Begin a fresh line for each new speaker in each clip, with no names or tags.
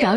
扰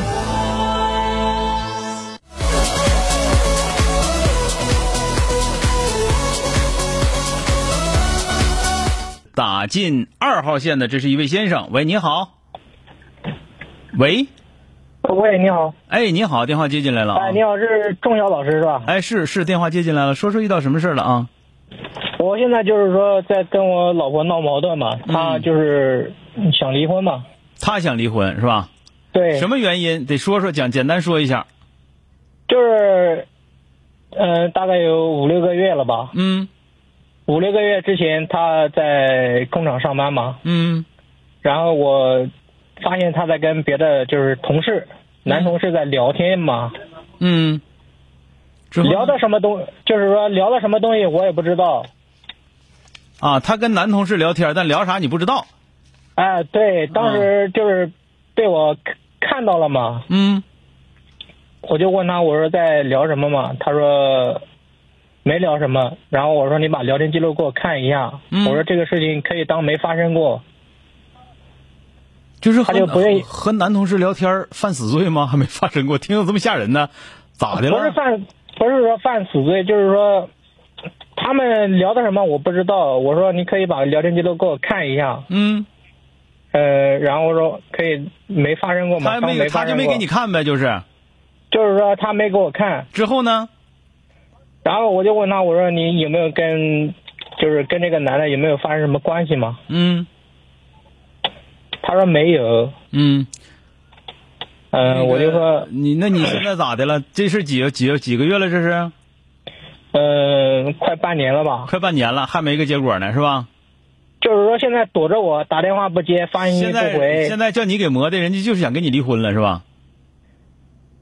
打进二号线的，这是一位先生。喂，你好。喂，
喂，你好，
哎，你好，电话接进来了啊。
哎，你好，是钟晓老师是吧？
哎，是是，电话接进来了，说说遇到什么事儿了啊？
我现在就是说在跟我老婆闹矛盾嘛，
嗯
她就是想离婚嘛，
他想离婚是吧？
对，
什么原因？得说说，讲简单说一下。
就是，嗯、大概有五六个月了吧，
嗯
五六个月之前她在工厂上班嘛，
嗯
然后我发现她在跟别的就是同事。男同事在聊天嘛，
嗯。之后呢
聊的什么东，就是说聊的什么东西我也不知道。
啊，他跟男同事聊天，但聊啥你不知道。
哎，对，当时就是被我看看到了嘛，
嗯
我就问他，我说在聊什么嘛？他说没聊什么。然后我说你把聊天记录给我看一下。
嗯
我说这个事情可以当没发生过。
就是和
他就不愿意
和男同事聊天犯死罪吗？还没发生过，听着这么吓人呢，咋的
不是
了？
犯，不是说犯死罪，就是说他们聊的什么我不知道。我说你可以把聊天记录给我看一下。
嗯，
呃，然后我说可以没发生过嘛？
他
当
没
发
他就
生
没
过
给你，看呗，就是。
就是说他没给我看。
之后呢？
然后我就问他，我说你有没有跟，就是跟这个男的有没有发生什么关系嘛？
嗯
他说没有。
嗯，
嗯、
那个
我就说，
你，那你现在咋的了？ 这是几几几个月了？这是
呃，快半年了吧，
快半年了，还没个结果呢，是吧？
就是说现在躲着我，打电话不接，发信息
现
不
在
回
现，在叫你给磨的，人家就是想跟你离婚了，是吧？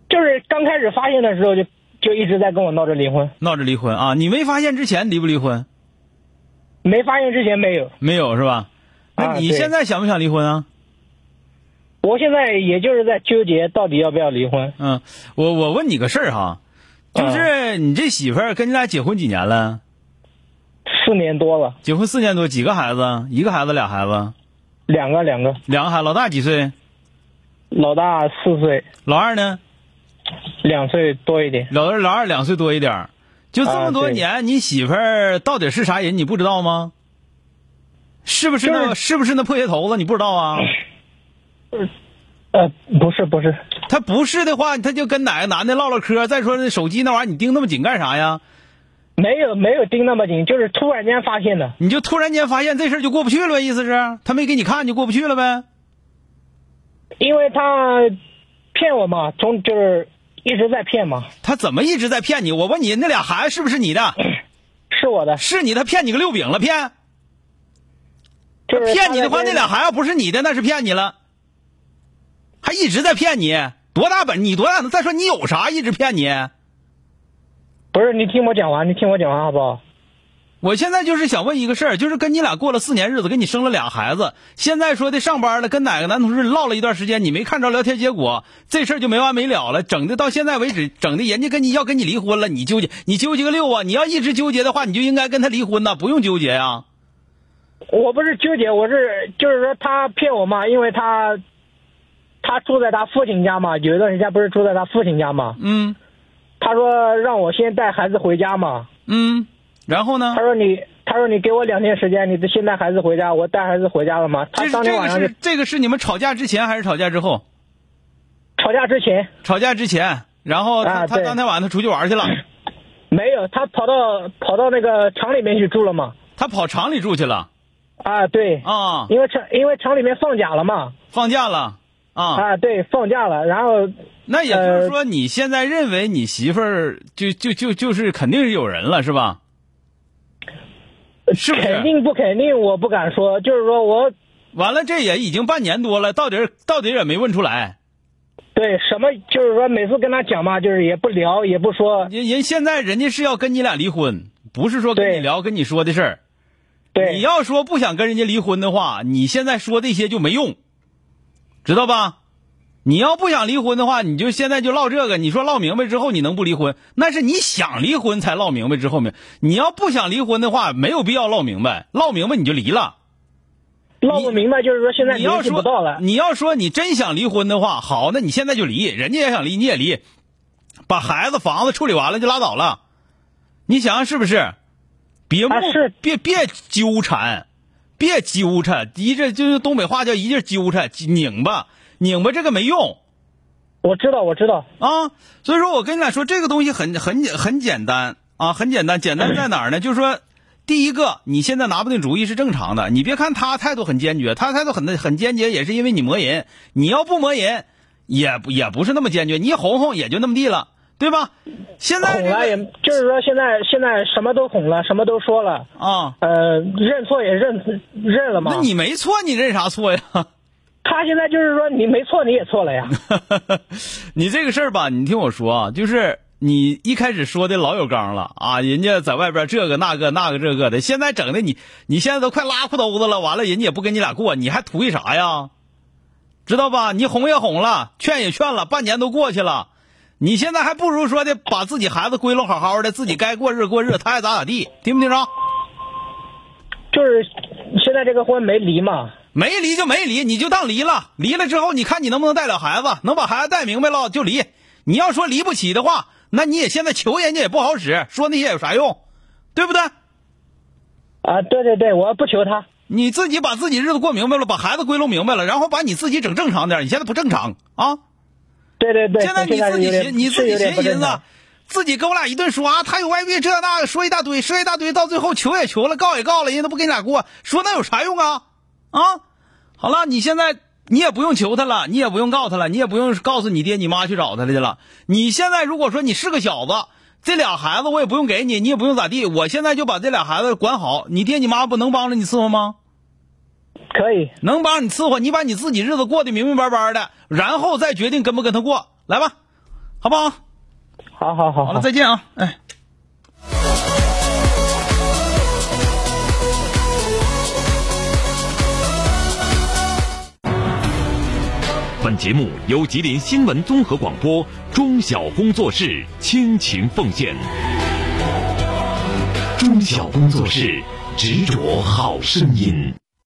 就是刚开始发现的时候就就一直在跟我闹着离婚，
闹着离婚啊？你没发现之前离不离婚？
没发现之前没有。
没有是吧？那
啊
你
对
现在想不想离婚啊？
我现在也就是在纠结到底要不要离婚，
嗯，我我问你个事儿哈，
啊
就是你这媳妇儿跟你俩结婚几年了？
四年多了，
结婚四年多，几个孩子？一个孩子，俩孩子，
两个两个，
两个孩子，老大几岁？
老大四岁，
老二呢？
两岁多一点，
老二老二两岁多一点儿，就这么
啊
多
对
年，你媳妇儿到底是啥人，你不知道吗？是不是那、
就是
不是那破鞋头子？你不知道啊？
呃，不是不是，
他不是的话，他就跟哪个男的唠唠嗑。再说那手机那玩意儿，你盯那么紧干啥呀？
没有没有盯那么紧，就是突然间发现的，
你就突然间发现这事儿就过不去了呗，意思是他没给你看就过不去了呗？
因为他骗我嘛，从就是一直在骗嘛，
他怎么一直在骗你？我问你，那俩孩子是不是你的？
是我的，
是你的，骗你个六饼了，骗
就是
骗你的话，
他
那
在跟
俩孩子不是你的，那是骗你了，还一直在骗你，多大本？你多大？再说你有啥一直骗你？
不是，你听我讲完，你听我讲完好不好？
我现在就是想问一个事儿，就是跟你俩过了四年日子，跟你生了俩孩子，现在说的上班了，跟哪个男同事唠了一段时间，你没看着聊天结果，这事儿就没完没了了，整的到现在为止，整的人家跟你要跟你离婚了，你纠结，你纠结个六啊！你要一直纠结的话，你就应该跟他离婚呐，不用纠结呀、
我不是纠结，我是就是说他骗我嘛，因为他他住在他父亲家嘛，有一段时间不是住在他父亲家嘛，
嗯
他说让我先带孩子回家嘛，
嗯，然后呢
他？说你他说你给我两天时间，你先带孩子回家，我带孩子回家了嘛。
这
他
是
当
这
天晚
个
上就是
这个是你们吵架之前还是吵架之后？
吵架之前
吵架之前，然后他、
啊
他
对
当天晚上他出去玩去了，
没有，他跑到跑到那个厂里面去住了嘛，
他跑厂里住去了
啊对，
啊，
因为厂因为厂里面放假了嘛，
放假了啊
啊呃对放假了，然后
那也就是说，你现在认为你媳妇儿就就就就是肯定是有人了，是吧？是不
肯
是？
定不肯定我不敢说，就是说我。
完了，这也已经半年多了，到底儿到底儿也没问出来。
对，什么就是说，每次跟他讲嘛，就是也不聊，也不说，
人人现在人家是要跟你俩离婚，不是说跟你
对
聊跟你说的事儿。
对
你要说不想跟人家离婚的话，你现在说这些就没用，知道吧？你要不想离婚的话，你就现在就唠这个。你说唠明白之后，你能不离婚？那是你想离婚才唠明白之后没。你要不想离婚的话，没有必要唠明白，唠明白你就离了。
唠不明白，就是说现在
你要
联系不到
说
了。
你要说你真想离婚的话，好，那你现在就离，人家也想离，你也离，把孩子、房子处理完了就拉倒了。你想想是不是？别磨、
啊是
别别纠缠，别纠缠，一阵就是东北话叫一劲儿纠缠拧巴，拧巴这个没用。
我知道，我知道，
啊，所以说我跟你俩说，这个东西很很很简单啊，很简单，简单在哪儿呢？就是说，第一个，你现在拿不定主意是正常的，你别看他态度很坚决，他态度很很坚决，也是因为你磨人，你要不磨人，也不也不是那么坚决，你一哄哄也就那么地了，对吧？现在
哄
这
了也
个，
就是说现在现在什么都哄了，什么都说了，
啊，
呃，认错也认认了嘛。
那你没错，你认啥错呀？
他现在就是说你没错，你也错了 呀。
你这个事儿吧，你听我说啊，就是你一开始说的老有刚了啊，人家在外边这个那个那个这个的，现在整的你，你现在都快拉裤兜子了，完了人家也不跟你俩过，你还图一啥呀？知道吧？你哄也哄了，劝也劝了，半年都过去了，你现在还不如说的把自己孩子归拢好好的，自己该过日子过日，子，他爱咋咋地，听不听着？
就是现在这个婚没离嘛，
没离就没离，你就当离了。离了之后，你看你能不能带了孩子，能把孩子带明白了就离。你要说离不起的话，那你也现在求人家也不好使，说那些有啥用，对不对？
啊，对对对，我不求他，
你自己把自己日子过明白了，把孩子归拢明白了，然后把你自己整正常点。你现在不正常啊！
对对对，
现在你
是
自己
有点
寻你自
是
己
有点
寻
不
思寻
正
思
常。，
自己跟我俩一顿说啊，他有外遇这那，说一大堆，说一大堆，到最后求也求了，告也告了，人家都不跟你俩过，说那有啥用啊？啊，好了，你现在你也不用求他了，你也不用告他了，你也不用告诉你爹你妈去找他去了。你现在如果说你是个小子，这俩孩子我也不用给你，你也不用咋地，我现在就把这俩孩子管好，你爹你妈不能帮着你伺候吗？
可以，
能帮你伺候，你把你自己日子过得明明白白的，然后再决定跟不跟他过，来吧，好不好？
好好好
好了，再见啊！哎。
本节目由吉林新闻综合广播中小工作室倾情奉献。中小工作室执着好声音。